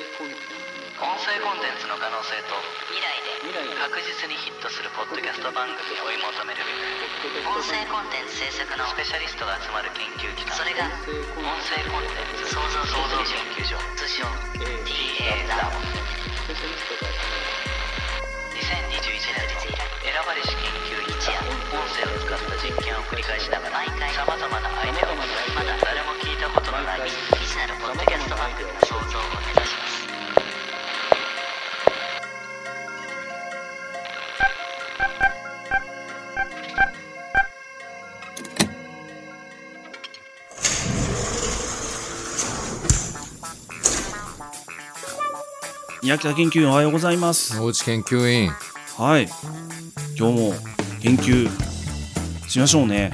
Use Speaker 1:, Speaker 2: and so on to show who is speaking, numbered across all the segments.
Speaker 1: 音声コンテンツの可能性と未来で確実にヒットするポッドキャスト番組を追い求める音声コンテンツ制作のスペシャリストが集まる研究機関それが音声コンテンツ創造創造研究所通称 TA ラボ2021年度選ばれし研究一や音声を使った実験を繰り返しながら毎回さまざまなアイデアをまだ誰も聞いたことのない未知なるポッドキャスト番組の創造を目指します
Speaker 2: 宮北研究員おはようございます
Speaker 3: おうち研究員
Speaker 2: はい今日も研究しましょうね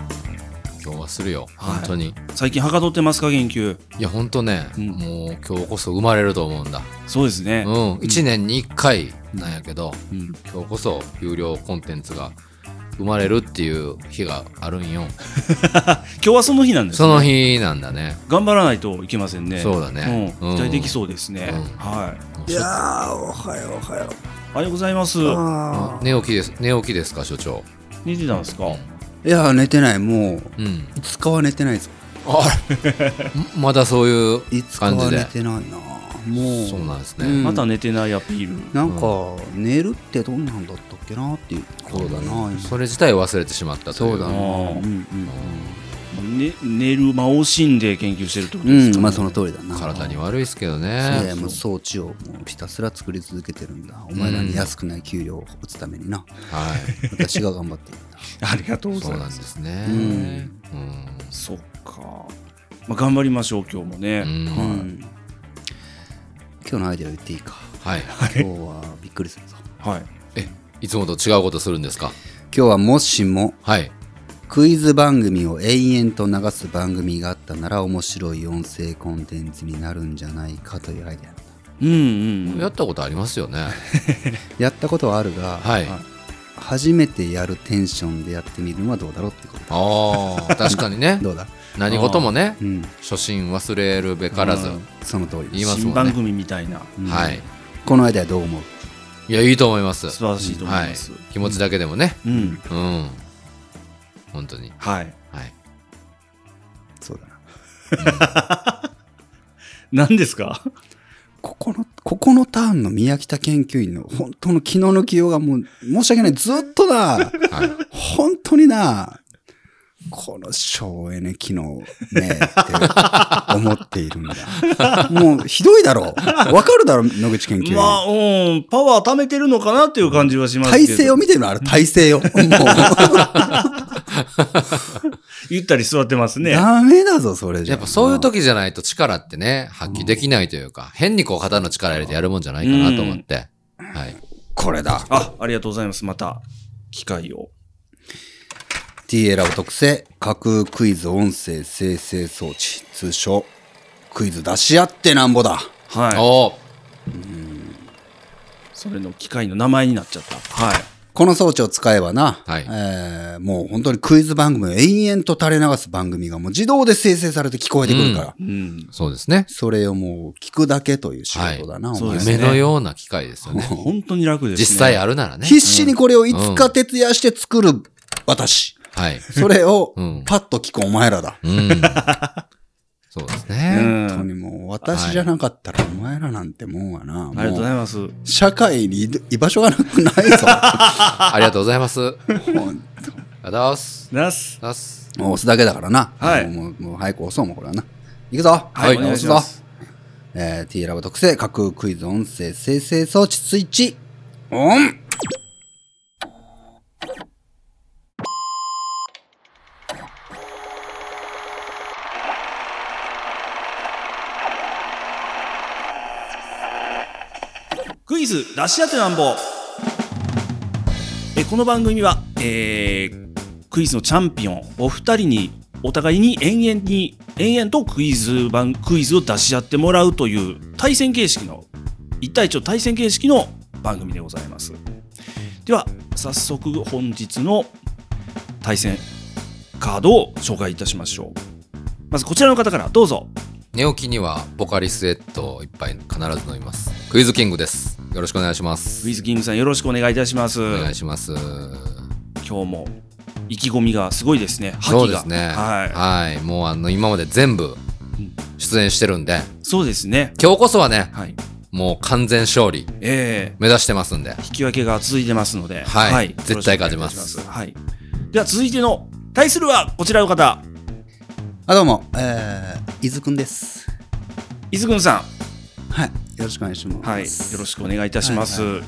Speaker 3: 今日はするよ
Speaker 2: はい
Speaker 3: 本当に、
Speaker 2: 最近はかどってますか研究
Speaker 3: い、や本当ね、
Speaker 2: うん
Speaker 3: もう今日こそ生まれると思うんだ
Speaker 2: そうですね
Speaker 3: うん1年に1回なんやけど、
Speaker 2: うん
Speaker 3: 今日こそ有料コンテンツが生まれるっていう日があるんよ
Speaker 2: 今日はその日なんです、
Speaker 3: その日なんだね
Speaker 2: 頑張らないといけませんね
Speaker 3: そうだね
Speaker 2: うん、
Speaker 3: うん
Speaker 2: 期待できそうですね、
Speaker 3: うん
Speaker 2: はい
Speaker 3: もう
Speaker 4: いやーおはようおはよ
Speaker 2: おはようございます
Speaker 4: う
Speaker 3: あ
Speaker 4: あ
Speaker 3: 寝起きです寝起きですか所長
Speaker 2: 寝てたんですか
Speaker 4: ーいやー寝てないもう
Speaker 3: うん
Speaker 4: いつかは寝てないです
Speaker 3: あれまだそういう
Speaker 4: いつか
Speaker 3: 感
Speaker 4: は
Speaker 3: じで
Speaker 4: 寝てないなもう
Speaker 3: そうなんですね、
Speaker 4: うん
Speaker 2: また寝てないアピール
Speaker 4: なんか寝るってどんなんだったっけなっていう
Speaker 3: そうだ
Speaker 4: な
Speaker 3: ねそれ自体忘れてしまったという
Speaker 4: そうだ
Speaker 2: ね
Speaker 4: なうんうん
Speaker 2: ね、寝る間を惜しんで研究してるってことで
Speaker 4: う
Speaker 2: す
Speaker 4: ん、
Speaker 2: か、
Speaker 4: まあその通りだな
Speaker 3: 体に悪いですけど
Speaker 4: いやい
Speaker 3: ね
Speaker 4: やもう装置をもうひたすら作り続けてるんだお前らに安くない給料を打つため にな、
Speaker 3: はい
Speaker 4: 私が頑張ってるんだ
Speaker 2: ありがとうござ
Speaker 3: そう
Speaker 2: い
Speaker 3: なん
Speaker 2: ま
Speaker 3: ですすね。う
Speaker 4: うんん。
Speaker 2: そっか、まあ、頑張りましょう今日もね、
Speaker 3: うん
Speaker 4: うん今日のアイデアを言っていいか
Speaker 3: はい。
Speaker 4: 今日はびっくりするぞ
Speaker 2: はい
Speaker 3: え、いつもと違うことするんですか
Speaker 4: 今日はもしも
Speaker 3: はい。
Speaker 4: クイズ番組を延々と流す番組があったなら面白い音声コンテンツになるんじゃないかというアイデアなんだ
Speaker 2: うんうん
Speaker 3: やったことありますよね。
Speaker 4: やったことはあるが、
Speaker 3: はい。
Speaker 2: はい
Speaker 4: 初めてやるテンションでやってみるのはどうだろうってこと
Speaker 3: ああ、確かにね。
Speaker 4: どうだ
Speaker 3: 何事もね
Speaker 4: う、ん
Speaker 3: 初心忘れるべからず
Speaker 2: う。ん
Speaker 4: その通り
Speaker 3: 言いますも
Speaker 2: 新
Speaker 3: ん
Speaker 2: 番
Speaker 3: ね。
Speaker 2: 組みたいな、うん
Speaker 3: はい。
Speaker 4: このアイデアどう思う
Speaker 3: いや、いいと思います。
Speaker 2: 素晴らしいと思い
Speaker 3: はい
Speaker 2: ます、。
Speaker 3: 気持ちだけでもね。
Speaker 2: うん
Speaker 3: うん。本当に。
Speaker 2: はい
Speaker 3: はい。
Speaker 4: そうだな
Speaker 2: 何ですか
Speaker 4: ここのここのターンの宮北研究員の本当の気の抜きようがもう申し訳ないずっとな
Speaker 3: はい。
Speaker 4: 本当になこの省エネ機能ねって思っているん だ。もうひどいだろう。わかるだろう、野口研究員。
Speaker 2: まあうんパワー溜めてるのかなっていう感じはしますけど
Speaker 4: 体勢を見てるのあれ体勢よ。もう、
Speaker 2: ゆったり座ってますね
Speaker 4: ダメだぞ、それじゃ。
Speaker 3: やっぱそういう時じゃないと力ってね、発揮できないというか、変にこう肩の力入れてやるもんじゃないかなと思って。はい。
Speaker 4: これだ。
Speaker 2: あありがとうございますまた機会を
Speaker 4: TA ラボ特製、架空クイズ音声生成装置、通称、クイズ出し合ってなんぼだ。
Speaker 2: はい
Speaker 3: おー
Speaker 2: それの機械の名前になっちゃったはい
Speaker 4: この装置を使えばな、
Speaker 3: はい
Speaker 4: えーもう本当にクイズ番組を延々と垂れ流す番組がもう自動で生成されて聞こえてくるから、
Speaker 2: うん
Speaker 3: そうですね。
Speaker 4: それをもう聞くだけという仕事だな、
Speaker 2: はい
Speaker 4: お
Speaker 2: そ
Speaker 4: 前
Speaker 2: うですね
Speaker 3: 夢のような機会ですよね。
Speaker 2: 本当に楽ですね
Speaker 3: 実際あるならね。
Speaker 4: 必死にこれをいつか徹夜して作る私。
Speaker 3: はい。
Speaker 4: それを
Speaker 3: うん
Speaker 4: パッと聞くお前らだ。
Speaker 3: うん。そうです
Speaker 2: う
Speaker 3: ね。
Speaker 2: ん、あ
Speaker 4: 本当
Speaker 2: り
Speaker 4: にもう私じゃなかったらお前らなんてもんは
Speaker 2: が
Speaker 4: な、
Speaker 2: とうご
Speaker 4: も
Speaker 2: ざいうます
Speaker 4: 社会に居場所がなくない ぞ。
Speaker 3: あありがとうございます。ありがとう
Speaker 4: もう
Speaker 3: ございます。
Speaker 2: ナス
Speaker 3: ありがとうございます
Speaker 4: もう押すだけだからな。
Speaker 2: はい
Speaker 4: もうもうもう早く押そうもんこれはな。行くぞ。
Speaker 2: はい、
Speaker 3: はい
Speaker 2: お願いしま
Speaker 4: 押すぞ。
Speaker 2: す
Speaker 4: えー、t ラボ特製架空クイズ音声生成装置スイッチオン
Speaker 2: クイズ出し合ってなんぼえこの番組は、えークイズのチャンピオンお二人にお互いに延々に延々とクイズ番クイズを出し合ってもらうという対戦形式の一対一の対戦形式の番組でございますでは早速本日の対戦カードを紹介いたしましょうまずこちらの方からどうぞ
Speaker 3: 寝起きにはボカリスエットをいっぱい必ず飲みます。クイズキングです。よろしくお願いします。
Speaker 2: クイズキングさんよろしくお願いいたします。
Speaker 3: お願
Speaker 2: 今
Speaker 3: いします。
Speaker 2: 日も意気込みがすごいですね。覇
Speaker 3: そう
Speaker 2: 気
Speaker 3: で
Speaker 2: が。
Speaker 3: すね。
Speaker 2: は
Speaker 3: はい。もうあの、今まで全部
Speaker 2: うん
Speaker 3: 出演してるんで、
Speaker 2: い。そうですね。
Speaker 3: 今日こそはね、
Speaker 2: はい。
Speaker 3: もう完全勝利
Speaker 2: ええ
Speaker 3: 目指してますんで。
Speaker 2: 引き分けが続いてますので、
Speaker 3: はい絶対勝てます
Speaker 2: よろしくお願いいたしますはい。では続いての対するはこちらの方、
Speaker 4: あ、どうも、えー、伊豆くんです。
Speaker 2: 伊豆くんさ
Speaker 4: はい。よろしくお願いしま
Speaker 2: ん、
Speaker 4: す。
Speaker 2: はい、よろしくお願いいたします。
Speaker 4: は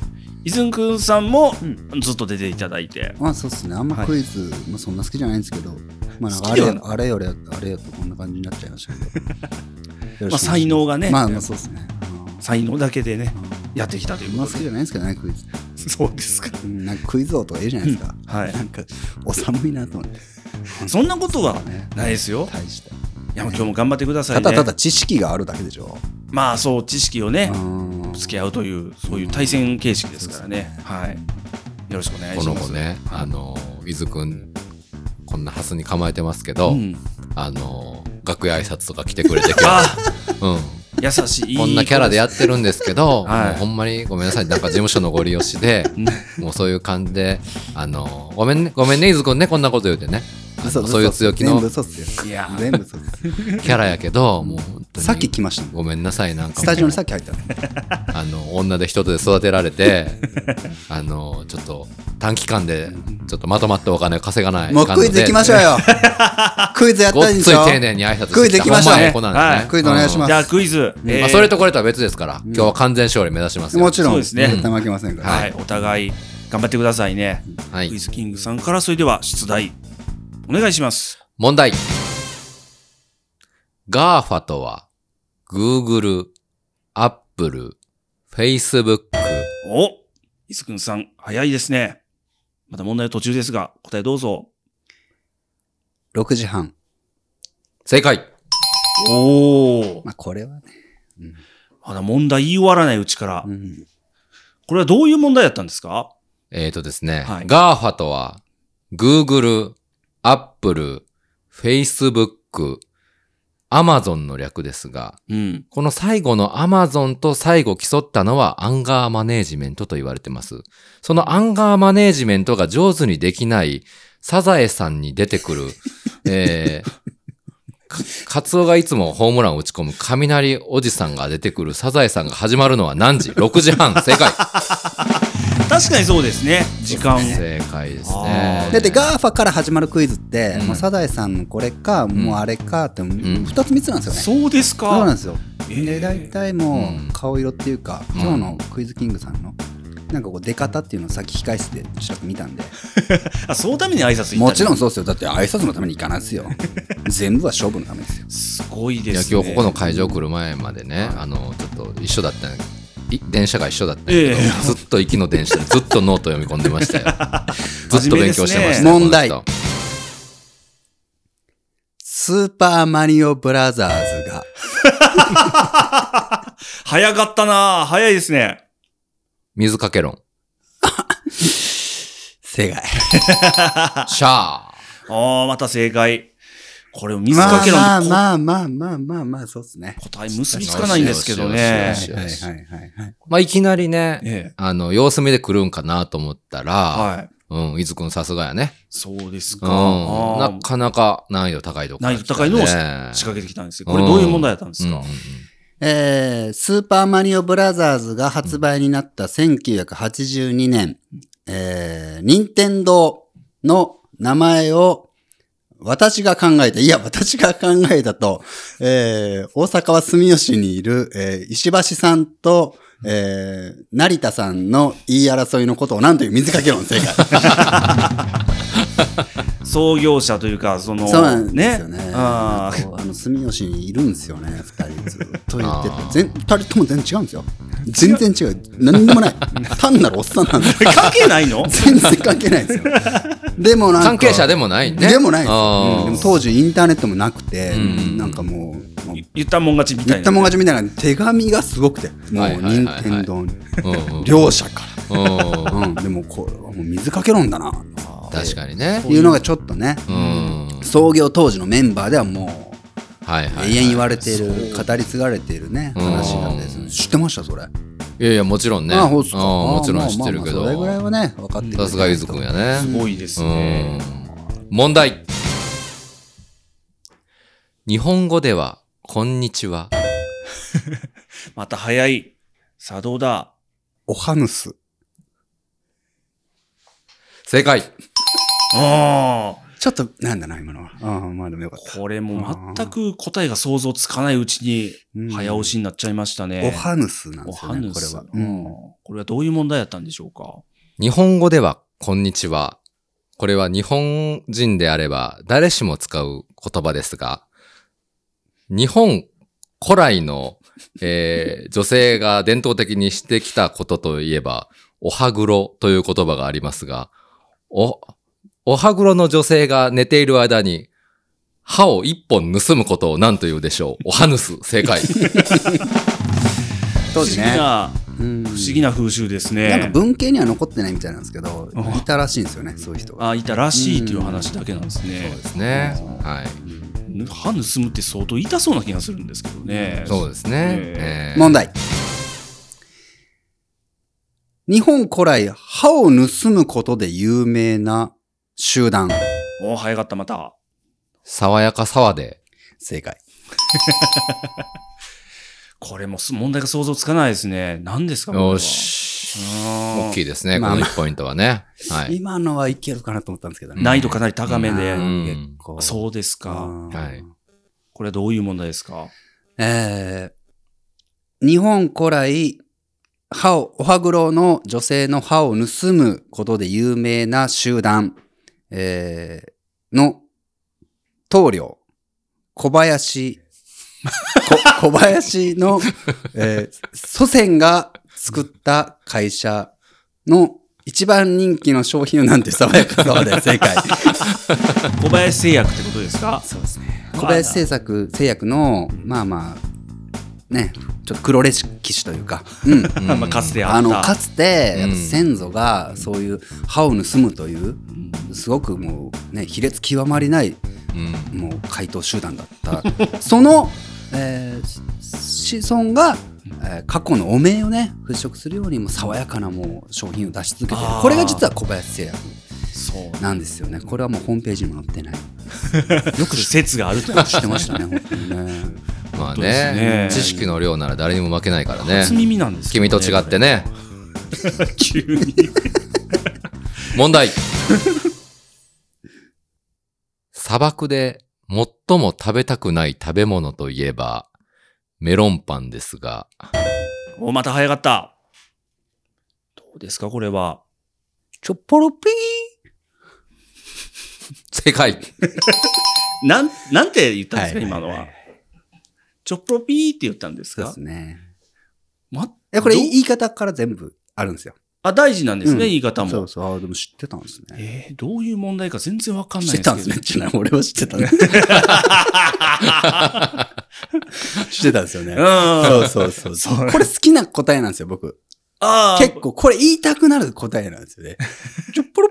Speaker 2: 伊豆くんさんも
Speaker 4: うん
Speaker 2: ずっと出ていただいて、
Speaker 4: まあそうっすね。あんまクイズ、まあそんな好きじゃないんですけど、まあなんか
Speaker 2: 好
Speaker 4: あ
Speaker 2: き
Speaker 4: れ
Speaker 2: では
Speaker 4: よあれよりあれよとこんな感じになっちゃいましたけど。よろしくお願いし
Speaker 2: まあ
Speaker 4: す
Speaker 2: 才能がね
Speaker 4: まあまあそうっすね。
Speaker 2: 才能だけでね
Speaker 4: うんうん
Speaker 2: やってきたとい
Speaker 4: ま
Speaker 2: う
Speaker 4: あ
Speaker 2: こと
Speaker 4: 好き
Speaker 2: で、
Speaker 4: じゃないんですけどね、クイズ。
Speaker 2: そうですか。
Speaker 4: うんなんかクイズ王とかいるじゃないですか。
Speaker 2: はい
Speaker 4: な。んか、お寒いなと思って。
Speaker 2: そんなことは
Speaker 4: ね
Speaker 2: ないですよ。
Speaker 4: 大して。
Speaker 2: いやもう今日も頑張ってください
Speaker 4: た
Speaker 2: ね。
Speaker 4: だただ知識があるだけでしょ。
Speaker 2: まあそう知識をね
Speaker 4: うん
Speaker 2: 付き合うというそういう対戦形式ですからね。はい。よろしくお願い
Speaker 3: こ
Speaker 2: し
Speaker 3: の
Speaker 2: ます。
Speaker 3: 子ね、あの、伊豆くん、こんなハスに構えてますけ
Speaker 2: う
Speaker 3: ど、
Speaker 2: ん。
Speaker 3: あの、楽屋挨拶とか来てくれて 今
Speaker 2: あ
Speaker 3: 日、うん。
Speaker 2: 優しい。
Speaker 3: こんなキャラでやってるんですけど、
Speaker 2: はい
Speaker 3: もうほんまにごめんなさい。なんか事務所のご利用し で、もうそういう感じで、あの、ごめんね、ごめんね、伊豆くんね、こんなこと言うてね。あの
Speaker 4: 嘘嘘
Speaker 3: そういう強気
Speaker 4: 全部
Speaker 3: の
Speaker 4: 嘘っすよ。
Speaker 2: いや
Speaker 4: 全部嘘っす。
Speaker 3: キャラやけど、もう本当に
Speaker 4: さっき来ましたもん。
Speaker 3: ごめんなさい、なんかもう。
Speaker 4: スタジオにさっき入ったの。
Speaker 3: あの、女で一手で育てられて、 あの、ちょっと短期間で、ちょっとまとまったお金を稼がない
Speaker 4: もうクイズ行きましょう
Speaker 3: よ。
Speaker 4: よ。クイズやった
Speaker 3: ごっ
Speaker 4: んで
Speaker 3: つ
Speaker 4: しょ
Speaker 3: い丁寧に挨拶してきた
Speaker 4: クイズ行きましょう
Speaker 3: ほんまええ子なんでね
Speaker 2: はい
Speaker 4: クイズお願いします
Speaker 3: うん
Speaker 2: じゃあクイズ。
Speaker 3: まあ
Speaker 2: えー
Speaker 3: それとこれとは別ですから、今日は完全勝利目指しますよ。
Speaker 4: もちろん、
Speaker 2: そうですね
Speaker 4: 絶対負けませんから。
Speaker 2: はい、お互い頑張ってくださいね。
Speaker 3: は
Speaker 2: クイ
Speaker 3: い。
Speaker 2: ズキングさんからそれでは出題お願いします。
Speaker 3: 問題。GAFA とは、Google、Apple、Facebook。
Speaker 2: お伊豆くんさん、早いですね。まだ問題の途中ですが、答えどうぞ。
Speaker 4: 6時半。
Speaker 3: 正解。
Speaker 2: おお。
Speaker 4: まあ、これはね。
Speaker 2: まだ問題言い終わらないうちから
Speaker 4: う、ん。
Speaker 2: これはどういう問題だったんですか
Speaker 3: えーとですね、
Speaker 2: はい
Speaker 3: GAFA とは、Google、Apple、Facebook、Amazon の略ですが、
Speaker 2: うん。
Speaker 3: この最後の Amazon と最後競ったのはアンガーマネージメントと言われてます。そのアンガーマネージメントが上手にできないサザエさんに出てくる、えーかカツオがいつもホームランを打ち込む雷おじさんが出てくるサザエさんが始まるのは何時 ?6 時半。正解。
Speaker 2: 確かにそうですね。時間。
Speaker 3: 正解です
Speaker 2: あ
Speaker 3: ね
Speaker 2: ー。
Speaker 4: だって GAFA から始まるクイズって、
Speaker 3: うん
Speaker 4: もうサザエさんのこれか、もうあれかって、
Speaker 3: ん
Speaker 4: 2つ3つなんですよね。
Speaker 2: そうですか。
Speaker 4: そうなんですよ。
Speaker 2: え
Speaker 4: で、
Speaker 2: ー
Speaker 4: 大体も
Speaker 3: うん
Speaker 4: う顔色っていうか、
Speaker 3: うん
Speaker 4: 今日のクイズキングさんの、なんかこう出方っていうのをさっき控え室でちらっと見たんで、
Speaker 2: あ、そのために挨拶行った
Speaker 4: もちろん
Speaker 2: そ
Speaker 4: そうですよ。だって挨拶のために行かないですよ。全部は勝負のためですよ。
Speaker 2: すごい
Speaker 3: い
Speaker 2: で
Speaker 3: や
Speaker 2: すね。
Speaker 3: 今日ここの会場来る前までね、あのちょっと一緒だったんやい電車が一緒だったんやけど、
Speaker 2: ええ
Speaker 3: ずっと行きの電車でずっとノート読み込んで ましたよずっと勉強してまし
Speaker 2: 真面目です
Speaker 3: た
Speaker 2: ね
Speaker 3: よ
Speaker 4: 問題
Speaker 3: この人
Speaker 4: スーパーマリオブラザーズが
Speaker 2: 早かったな早いですね。
Speaker 3: 水かけ論
Speaker 4: 正解。
Speaker 3: シャー
Speaker 2: ああ、また正解。これを水
Speaker 4: ま
Speaker 2: か
Speaker 4: あ
Speaker 2: けろ、
Speaker 4: まあまあまあまあまあまあ、そうですね。
Speaker 2: 答え結びつかないんですけどね
Speaker 3: よ。しよ
Speaker 4: はい
Speaker 3: し
Speaker 4: はいはいはい。
Speaker 3: まあいきなりね
Speaker 2: ええ。
Speaker 3: あの様子見で来るんかなと思ったら、
Speaker 2: はい。
Speaker 3: うん伊豆くんさすがやね、
Speaker 2: そうです
Speaker 3: う
Speaker 2: か。
Speaker 3: ん、
Speaker 2: あー
Speaker 3: なかなか難易度高いとこ
Speaker 2: 難易度高いのを
Speaker 3: を
Speaker 2: 仕
Speaker 3: か
Speaker 2: 掛けてきたんですよ。これどういう問題だったんですか、
Speaker 4: えースーパーマリオブラザーズが発売になった1982年、えー、任天堂の名前を私が考えた、いや、私が考えたと、えー大阪は住吉にいる、えー石橋さんと、えー成田さんの言い争いのことを何という水かけ論正解。
Speaker 2: 創業者というか、その、
Speaker 4: そうなんですよね。
Speaker 2: あ
Speaker 4: あ
Speaker 2: ー
Speaker 4: の住吉にいるんですよね、二人ずっと言ってて
Speaker 3: あー、
Speaker 4: 全二人とも全然違うんですよ。全然違う、何でも ない、単なるおっさんなんですよ。
Speaker 2: 関係ないの
Speaker 4: 全然関係ないですよ。でもなんか
Speaker 3: 関係者でもないね
Speaker 4: でもないです
Speaker 3: あー
Speaker 4: よ。うんでも当時インターネットもなくて
Speaker 3: ん、
Speaker 4: なんかもうもう。
Speaker 2: 言ったもん勝ちみたい
Speaker 4: 言っ
Speaker 2: な
Speaker 4: た。もん勝ちみたいな手紙がすごくて、も
Speaker 3: は
Speaker 4: う
Speaker 3: いはいはい
Speaker 4: 任
Speaker 3: はい
Speaker 4: 天堂に
Speaker 3: うんうん
Speaker 4: 両者か
Speaker 3: うん
Speaker 4: ら、うん、でもこれはもう水かけ論だなっ
Speaker 3: 確かにね
Speaker 4: ていうのがちょっとね、
Speaker 3: うん
Speaker 4: 創業当時のメンバーではもう
Speaker 3: はいはい、はい。
Speaker 4: 永遠言われている、語り継がれているね、
Speaker 3: うん
Speaker 4: 話なんですね。知ってました、それ。
Speaker 3: いやいや、もちろんね。
Speaker 4: ああ、ほうっすか。
Speaker 3: うんもちろん知ってるけ
Speaker 4: まあ
Speaker 3: ど。
Speaker 4: まあまあそれぐらいはね、分かってる。
Speaker 3: さすがゆずくんやね。
Speaker 2: すごいです
Speaker 3: う
Speaker 2: ね
Speaker 3: ん。問題。日本語では、こんにちは。
Speaker 2: また早い。さあどうだ。
Speaker 4: おはぬす。
Speaker 3: 正解。
Speaker 2: ああ。
Speaker 4: ちょっと、なんだな、今のは。ああ、まあでもよかった。
Speaker 2: これも全く答えが想像つかないうち
Speaker 4: うん
Speaker 2: に早押しになっちゃいましたね。
Speaker 4: おはぬすなん
Speaker 2: お
Speaker 4: ですよ
Speaker 2: は
Speaker 4: ね、
Speaker 2: ぬ
Speaker 4: これ
Speaker 2: す
Speaker 4: は。
Speaker 2: う
Speaker 4: うんん
Speaker 2: これはどういう問題だったんでしょうか
Speaker 3: 日本語では、こんにちは。これは日本人であれば、誰しも使う言葉ですが、日本古来の、え ー女性が伝統的にしてきたことといえば、おはぐろという言葉がありますが、お、おはぐろの女性が寝ている間に、歯を一本盗むことを何と言うでしょうおはぬす。正 解。
Speaker 4: 当
Speaker 2: 不
Speaker 4: 時
Speaker 2: 思議
Speaker 4: ね。
Speaker 2: な、
Speaker 4: うん
Speaker 2: 不思議な風習ですね。
Speaker 4: なんか文系には残ってないみたいなんですけど
Speaker 2: うん、
Speaker 4: いたらしいんですよね、そういう人が。
Speaker 2: あいたらしいという話だけなんですね。
Speaker 3: ですね。はい。
Speaker 2: 歯盗むって相当痛そうな気がするんですけどね。
Speaker 3: そう
Speaker 2: で
Speaker 3: ですね。
Speaker 2: え
Speaker 3: えー
Speaker 4: 問題。日本古来、歯を盗むことで有名な集団。
Speaker 2: す。お早かった、また。
Speaker 3: 爽やか沢で。
Speaker 4: 正解。
Speaker 2: これもす問題が想像つかないですね。何ですか
Speaker 3: よ。し。大
Speaker 2: 大
Speaker 3: きいですね、こ
Speaker 4: まあ
Speaker 3: の1ポイントは ね。はい。
Speaker 4: 今のはいけるかなと思ったんですけどね。
Speaker 2: 難易度かなり高めで。
Speaker 4: う
Speaker 3: うん
Speaker 4: 結構。
Speaker 2: そうですか。
Speaker 4: ん
Speaker 3: はい
Speaker 2: これはどういう問題ですか
Speaker 4: えー日本古来、歯を、お歯黒の女性の歯を盗むことで有名な集団、えーの棟梁、小林、こ小林の、えー祖先が作った会社の一番人気の商品なんて爽やかそうで正解。
Speaker 2: 小林製薬ってことですか
Speaker 4: そうですね。小林製作製薬の、まあまあ、ね、ちょっと黒歴史というか、 うん。
Speaker 3: うん
Speaker 2: まあ、かつてあった。
Speaker 4: あの、かつて、
Speaker 3: うん
Speaker 4: やっぱ先祖が、そういう歯を盗むという、
Speaker 2: うん
Speaker 4: すごくもう、ね、卑劣極まりない、
Speaker 3: うん
Speaker 4: もう、怪盗集団だった。 その、えーし子孫が、えー過去の汚名をね、払拭するように、もう爽やかなもう商品を出し続けてる
Speaker 2: あー
Speaker 4: これが実は小林製薬
Speaker 2: そう。
Speaker 4: なんですよね。これはもうホームページにも載って ない。
Speaker 2: よく説があるって
Speaker 4: 知ってましたね、本当にね。
Speaker 3: まあ
Speaker 2: 当です
Speaker 3: ね
Speaker 2: ね、
Speaker 3: 知識の量なら誰にも負けないからね
Speaker 2: 初。耳なんですけどね
Speaker 3: 君と違って。ね。
Speaker 2: 急に。
Speaker 3: 問題。砂漠で最も食べたくない食べ物といえば、メロンパンですが、
Speaker 2: お、また早かった。どうですかこれは。
Speaker 4: ちょっぽろぴー
Speaker 3: 正解。
Speaker 2: なん、なんて言ったんですか、
Speaker 4: はい
Speaker 2: 今のは。ちょっぽピーって言ったんです
Speaker 4: そうで
Speaker 2: か
Speaker 4: すね。
Speaker 2: ま、
Speaker 4: え、これ
Speaker 2: ど
Speaker 4: 言い方から全部あるんですよ。
Speaker 2: あ、大事なんですね、
Speaker 4: うん
Speaker 2: 言い方
Speaker 4: そ
Speaker 2: も
Speaker 4: う。そう。あでも知ってたんですね。
Speaker 2: えー、どういう問題か全然わかん
Speaker 4: 知
Speaker 2: な
Speaker 4: っ
Speaker 2: いで
Speaker 4: て
Speaker 2: す
Speaker 4: たん
Speaker 2: け
Speaker 4: で
Speaker 2: ど。
Speaker 4: すね。ちなみに俺は知ってたんです。 知ってたんですよね。 そう
Speaker 2: うん。
Speaker 4: そうそうそう。これ好きな答えなんですよ、僕。
Speaker 2: あー
Speaker 4: 結構、これ言いたくなる答えなんですよ ね。ちょっぽろ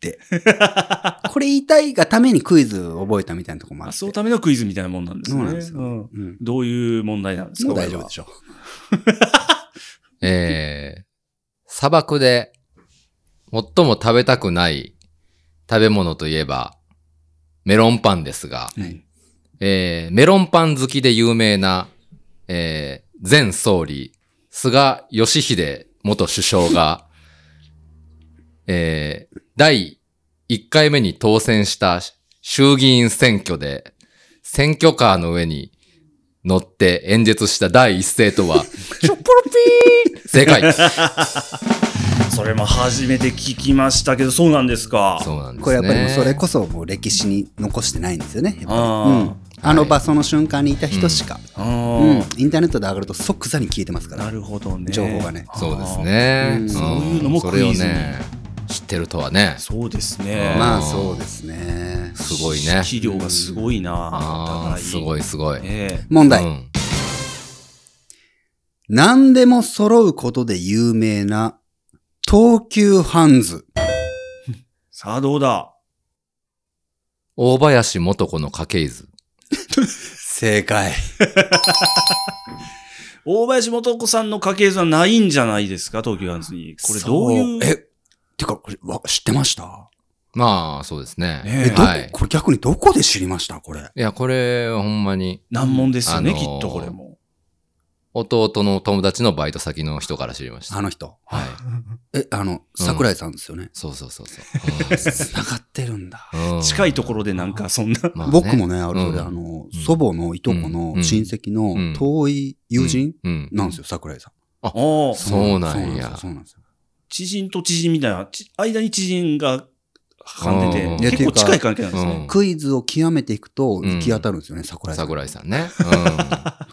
Speaker 4: ぴーって。これ言いたいがためにクイズを覚えたみたいなとこもあっ
Speaker 2: あ。
Speaker 4: て。
Speaker 2: そのためのクイズみたいなもんなんです
Speaker 4: そう
Speaker 2: ね。
Speaker 4: なんですよ。
Speaker 2: うん
Speaker 4: うん。
Speaker 2: どういう問題なんですか
Speaker 4: もう大丈夫でしょ。
Speaker 3: えー、砂漠で最も食べたくない食べ物といえば、メロンパンですが、
Speaker 2: これはうん
Speaker 3: えーメロンパン好きで有名な、えー前総理、菅義偉元首相が、 えー第1回目に当選した衆議院選挙で、選挙カーの上に乗って演説した第一声とは、 ちょっぽろぴー正解。
Speaker 2: それも初めて聞きましたけど、そうなんですか。
Speaker 3: そうなんですね。
Speaker 4: これやっぱりもうそれこそもう歴史に残してないんですよね。やっぱり
Speaker 2: あ
Speaker 4: う
Speaker 2: ー
Speaker 4: んあの場その瞬間にいた人しか。
Speaker 2: あ
Speaker 4: うん
Speaker 2: ー、
Speaker 4: インターネットで上がると即座に消えてますから。
Speaker 2: なるほどね。
Speaker 4: 情報がね
Speaker 3: そうですね。
Speaker 4: うん
Speaker 3: ん
Speaker 2: そういうのもクイズに
Speaker 3: それをね、知ってるとはね
Speaker 2: あー。そうですね。
Speaker 4: まあそうですね。
Speaker 3: すごいね。
Speaker 2: 資料がすごいな。お
Speaker 3: ああ、
Speaker 2: 互
Speaker 3: すごい。すごい。
Speaker 2: え
Speaker 4: 問
Speaker 3: う
Speaker 4: 題。
Speaker 3: ん
Speaker 4: 何でも揃うことで有名な、東急ハンズ。
Speaker 2: さあどうだ
Speaker 3: 大林素子の家系図。
Speaker 4: 正解。
Speaker 2: 大林素子さんの家系図はないんじゃないですか、東京ガンズに。これどういう。
Speaker 4: そえ、てか、これわ知ってました
Speaker 3: まあ、そうですね。
Speaker 2: ねえ
Speaker 4: え、どこ
Speaker 3: はい。
Speaker 4: これ逆にどこで知りましたこれ。
Speaker 3: いや、これ、ほんまに、
Speaker 2: 難問ですよね、
Speaker 3: あの
Speaker 2: き
Speaker 3: ー
Speaker 2: っとこれも。
Speaker 3: 弟の友達のバイト先の人から知りました。
Speaker 4: あの人。
Speaker 3: はい。
Speaker 4: え、あの、桜井さんで すよね。
Speaker 3: そうそうそうそう
Speaker 4: 繋がってるんだ。
Speaker 3: う ん。
Speaker 2: 近いところでなんかそんな。
Speaker 3: まあね
Speaker 4: 僕もね、あれ、
Speaker 3: うん
Speaker 4: それあの、祖母のいとこの親戚
Speaker 3: うん
Speaker 4: の遠い友人
Speaker 3: うん。
Speaker 4: なんですよ、桜井さん。
Speaker 2: おー
Speaker 3: そうなんや
Speaker 4: そうなんですよ。
Speaker 2: 知人と知人みたいな、ち間に知人がはんで
Speaker 3: うん
Speaker 2: て、結構近い関係なんで
Speaker 3: う
Speaker 2: すね。
Speaker 3: ん。
Speaker 4: クイズを極めていくと行き当たるんですよね、桜井さん。
Speaker 3: 桜井さんね。
Speaker 4: そう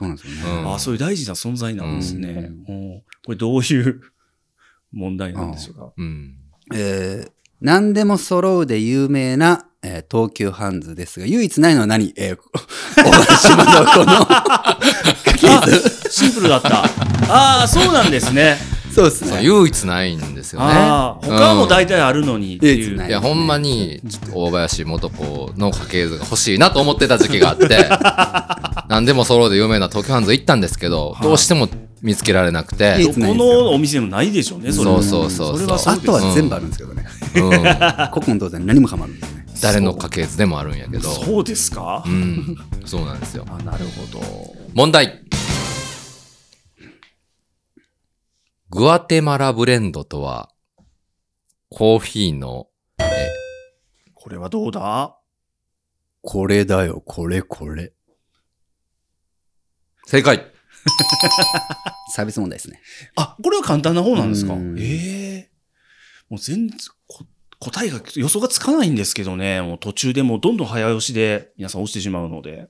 Speaker 4: なんです よ
Speaker 3: う
Speaker 4: ね。
Speaker 3: ん
Speaker 2: ああ、そういう大事な存在なんですね。
Speaker 4: う
Speaker 2: おーこれどういう 問題なんでしょうか。
Speaker 3: うん。うん。
Speaker 4: えー、何でも揃うで有名な、えー東急ハンズですが、唯一ないのは何えー、 大橋まどこ の
Speaker 2: あシンプルだった。ああ、そうなんですね。
Speaker 4: そうです
Speaker 3: そう、
Speaker 4: ね。
Speaker 3: 唯一ないんですよね。
Speaker 2: ああ、他も大体あるのにって
Speaker 4: うん唯
Speaker 2: い
Speaker 4: 一な
Speaker 2: う。
Speaker 3: いや、ほんまに、ちょっと大林素子の家系図が欲しいなと思ってた時期があって、何でも揃うで有名な東京ハンズ行ったんですけど、どうしても見つけられなく
Speaker 4: い
Speaker 3: て、
Speaker 2: どこのお店でもないでしょうね、それ
Speaker 3: そうそうそうそう
Speaker 2: れはそう
Speaker 4: あ
Speaker 2: です
Speaker 4: とは全部あるんですけどね。
Speaker 3: うん
Speaker 4: 古今東西何もかもあるんですね。
Speaker 3: 誰の家系図でもあるんやけど、
Speaker 2: そうですか、
Speaker 3: うん、そうなんですよ。
Speaker 2: あなるほど。
Speaker 3: 問題グアテマラブレンドとは、コーヒーの、え
Speaker 2: これはどうだ
Speaker 4: これだよ、これこれ。
Speaker 3: 正解
Speaker 4: サービス問題ですね。
Speaker 2: あ、これは簡単な方なんですか
Speaker 4: うん
Speaker 2: ええもう全然、こ答えが、予想がつかないんですけどね、もう途中でもうどんどん早押しで皆さん押してしまうので、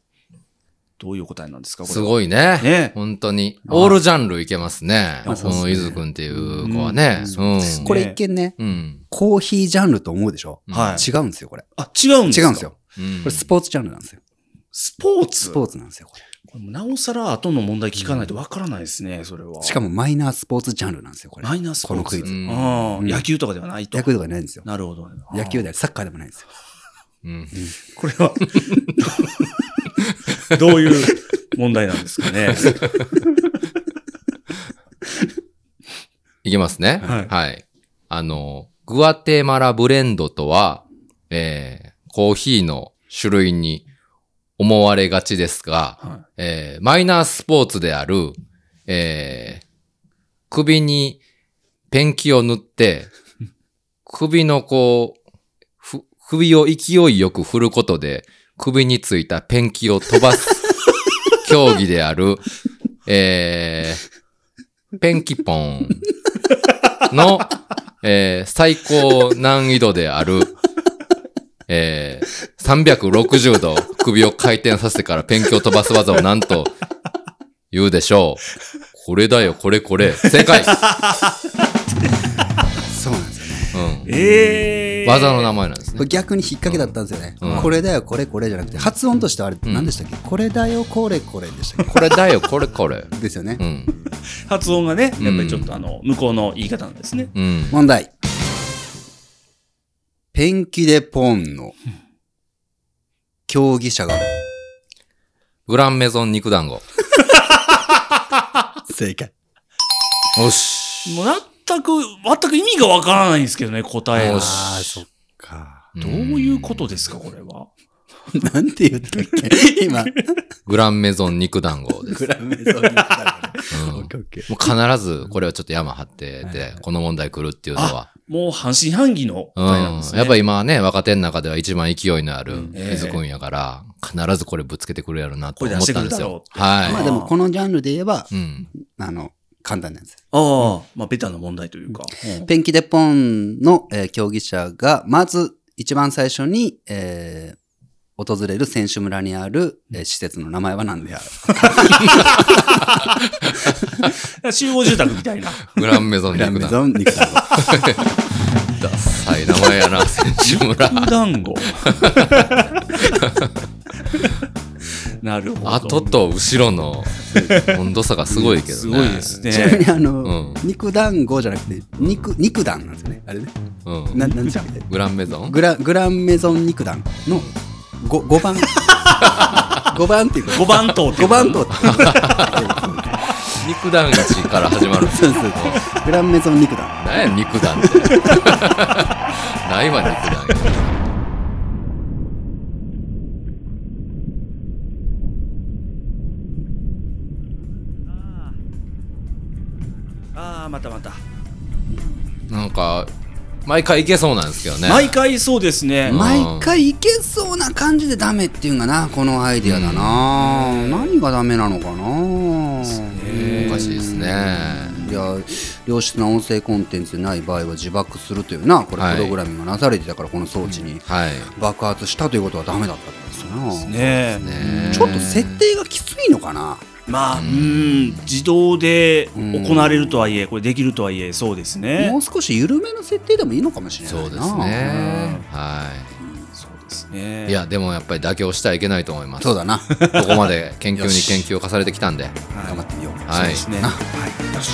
Speaker 2: どういう答えなんですかこれ
Speaker 3: す
Speaker 2: は
Speaker 3: ごいね。
Speaker 2: ね
Speaker 3: 本当に。
Speaker 2: あ
Speaker 3: オールジャンルいけますね。
Speaker 4: ま
Speaker 3: こ
Speaker 4: あそうっす
Speaker 3: の
Speaker 4: ね
Speaker 3: ゆずくんっていう子はね。
Speaker 2: う
Speaker 3: うんん。
Speaker 4: これ一見ね、
Speaker 3: うん。
Speaker 4: コーヒージャンルと思うでしょ、
Speaker 2: はい
Speaker 4: 違うんですよ、これ。
Speaker 2: あ、違うんです
Speaker 4: 違
Speaker 2: か
Speaker 4: うんですよ。。
Speaker 3: うん
Speaker 4: これスポーツジャンルなんですよ。
Speaker 2: スポーツ
Speaker 4: スポーツなんですよ、これ。
Speaker 2: これもなおさら後の問題聞かないとわからないですね、それは。
Speaker 4: しかもマイナースポーツジャンルなんですよ、これ。
Speaker 2: マイナースポーツ
Speaker 4: このクイズ。
Speaker 3: うん
Speaker 2: ああ
Speaker 4: うん
Speaker 2: 野球とかではないと。
Speaker 4: 野球とかないんですよ。
Speaker 2: なるほど。
Speaker 4: 野球
Speaker 2: で。
Speaker 4: であり、サッカーでもないんですよ。
Speaker 3: うん
Speaker 2: これは、どういう問題なんですか ね。
Speaker 3: いきますね。
Speaker 2: はい
Speaker 3: はい。あの、グアテマラブレンドとは、えー、コーヒーの種類に思われがちですが、
Speaker 2: は
Speaker 3: えーマイナースポーツである、えー首にペンキを塗 って、首のこう、ふ首を勢いよく振ることで、首についたペンキを飛ば す競技である、えーペンキポンの、えー最高難易度である、えー、360度首を回転させてからペンキを飛ばす技をなんと言うでしょう。これだよ、これこれ。正解、
Speaker 4: そうなんですよね。
Speaker 3: うん
Speaker 2: ええー。
Speaker 3: 技の名前なんです
Speaker 4: これ
Speaker 3: ね。
Speaker 4: 逆に引っ掛けだったんですよね。
Speaker 3: うん
Speaker 4: これだよ、これこれじゃなくて、発音としてはあれ、
Speaker 3: ん
Speaker 4: 何でしたっけ、これだよ、これこれでしたっ
Speaker 3: これだよ、これこれ。
Speaker 4: けですよね
Speaker 3: う。ん。
Speaker 2: 発音がね、やっぱりちょっとあの、向こうの言い方なんですね。
Speaker 3: うん。
Speaker 4: 問題。ペンキでポンの競技者が
Speaker 3: グランメゾン肉団子。
Speaker 4: 正解。
Speaker 3: よし。
Speaker 2: もう全く、全く意味がわからないんですけどね、答え
Speaker 3: よ
Speaker 2: が。
Speaker 3: し
Speaker 4: ああ、そっか。
Speaker 2: どういうことですか、これは。
Speaker 4: なんて言ったっけ今、
Speaker 3: グランメゾン肉団子です。
Speaker 4: グラメゾンに来た
Speaker 3: うん
Speaker 4: の
Speaker 3: も
Speaker 4: ね。オッケーオッケー
Speaker 3: う必ず、これはちょっと山張ってて、この問題来るっていうのは。
Speaker 2: もう半信半疑の
Speaker 3: う
Speaker 2: 答えなんです
Speaker 3: ん。
Speaker 2: ね。
Speaker 3: やっぱ今はね、若手の中では一番勢いのある
Speaker 2: ええ
Speaker 3: 水くんやから、必ずこれぶつけてくるやろなと
Speaker 2: これ
Speaker 3: 思
Speaker 2: 出して
Speaker 3: った
Speaker 2: く
Speaker 3: ん
Speaker 2: る
Speaker 3: で
Speaker 2: だ
Speaker 3: す
Speaker 2: ろう
Speaker 3: よ
Speaker 2: っ。て
Speaker 3: はい
Speaker 4: まあ。でもこのジャンルで言えば
Speaker 3: う、ん。
Speaker 4: あの、簡単なやつ。
Speaker 2: ああ、まあベタな問題というか。うん
Speaker 4: ペンキでポンの、えー競技者が、まず一番最初に、えー訪れる選手村にある、えー施設の名前は何である
Speaker 2: 集合住宅みたいな。
Speaker 3: グランメゾン
Speaker 4: グラン
Speaker 3: 肉
Speaker 4: メ
Speaker 3: 団子。
Speaker 4: ゾン肉団 子。
Speaker 3: ダッサい名前やな、選手村。
Speaker 2: 団子。なるほど。
Speaker 3: 後と後ろの温度差がすごいけどね。
Speaker 2: すごいです
Speaker 4: ちなみ
Speaker 2: ね。
Speaker 4: にあの、
Speaker 3: うん
Speaker 4: 肉団子じゃなくて、肉、肉団なんですよね。あれね。
Speaker 3: うん。
Speaker 4: ななんでしたっけ
Speaker 3: グランメゾン
Speaker 4: グラ、グランメゾン肉団の 5, 五番。 5番っていうこと
Speaker 2: 5番塔ってい
Speaker 4: 5
Speaker 2: うの
Speaker 4: 番とっていうこと
Speaker 3: 肉団地から始まるんです
Speaker 4: そ
Speaker 3: よ
Speaker 4: うそうそうグランメゾン肉だ
Speaker 3: 何や肉団ってないわ肉団
Speaker 2: ああまたまた
Speaker 3: なんか毎回いけそうなんですけどね
Speaker 2: 毎回そうですね、
Speaker 3: ま
Speaker 4: 毎回いけそうな感じでダメっていうんかなこのアイディアだな、何がダメなのかな
Speaker 3: おかしいですね
Speaker 4: いや良質な音声コンテンツでない場合は自爆するというなこれ
Speaker 3: はい
Speaker 4: プログラミングがなされてたからこの装置に
Speaker 3: はい
Speaker 4: 爆発したということはダメだったんですよな、
Speaker 2: ねえ
Speaker 3: ね
Speaker 4: ちょっと設定がきついのかな
Speaker 2: まあうん自動で行われるとはいえこれできるとはいえそうです
Speaker 4: も
Speaker 2: ね
Speaker 4: う少し緩めの設定でもいいのかもしれないな
Speaker 3: そうですねは
Speaker 2: そうですね
Speaker 3: いいやでもやっぱり妥協してはいけないと思います
Speaker 4: そうだな
Speaker 3: ここまで研究に研究を重ねてきたんで
Speaker 2: はい
Speaker 4: 頑張ってみよう
Speaker 2: そう
Speaker 3: は
Speaker 2: で
Speaker 3: い
Speaker 2: すねはいよし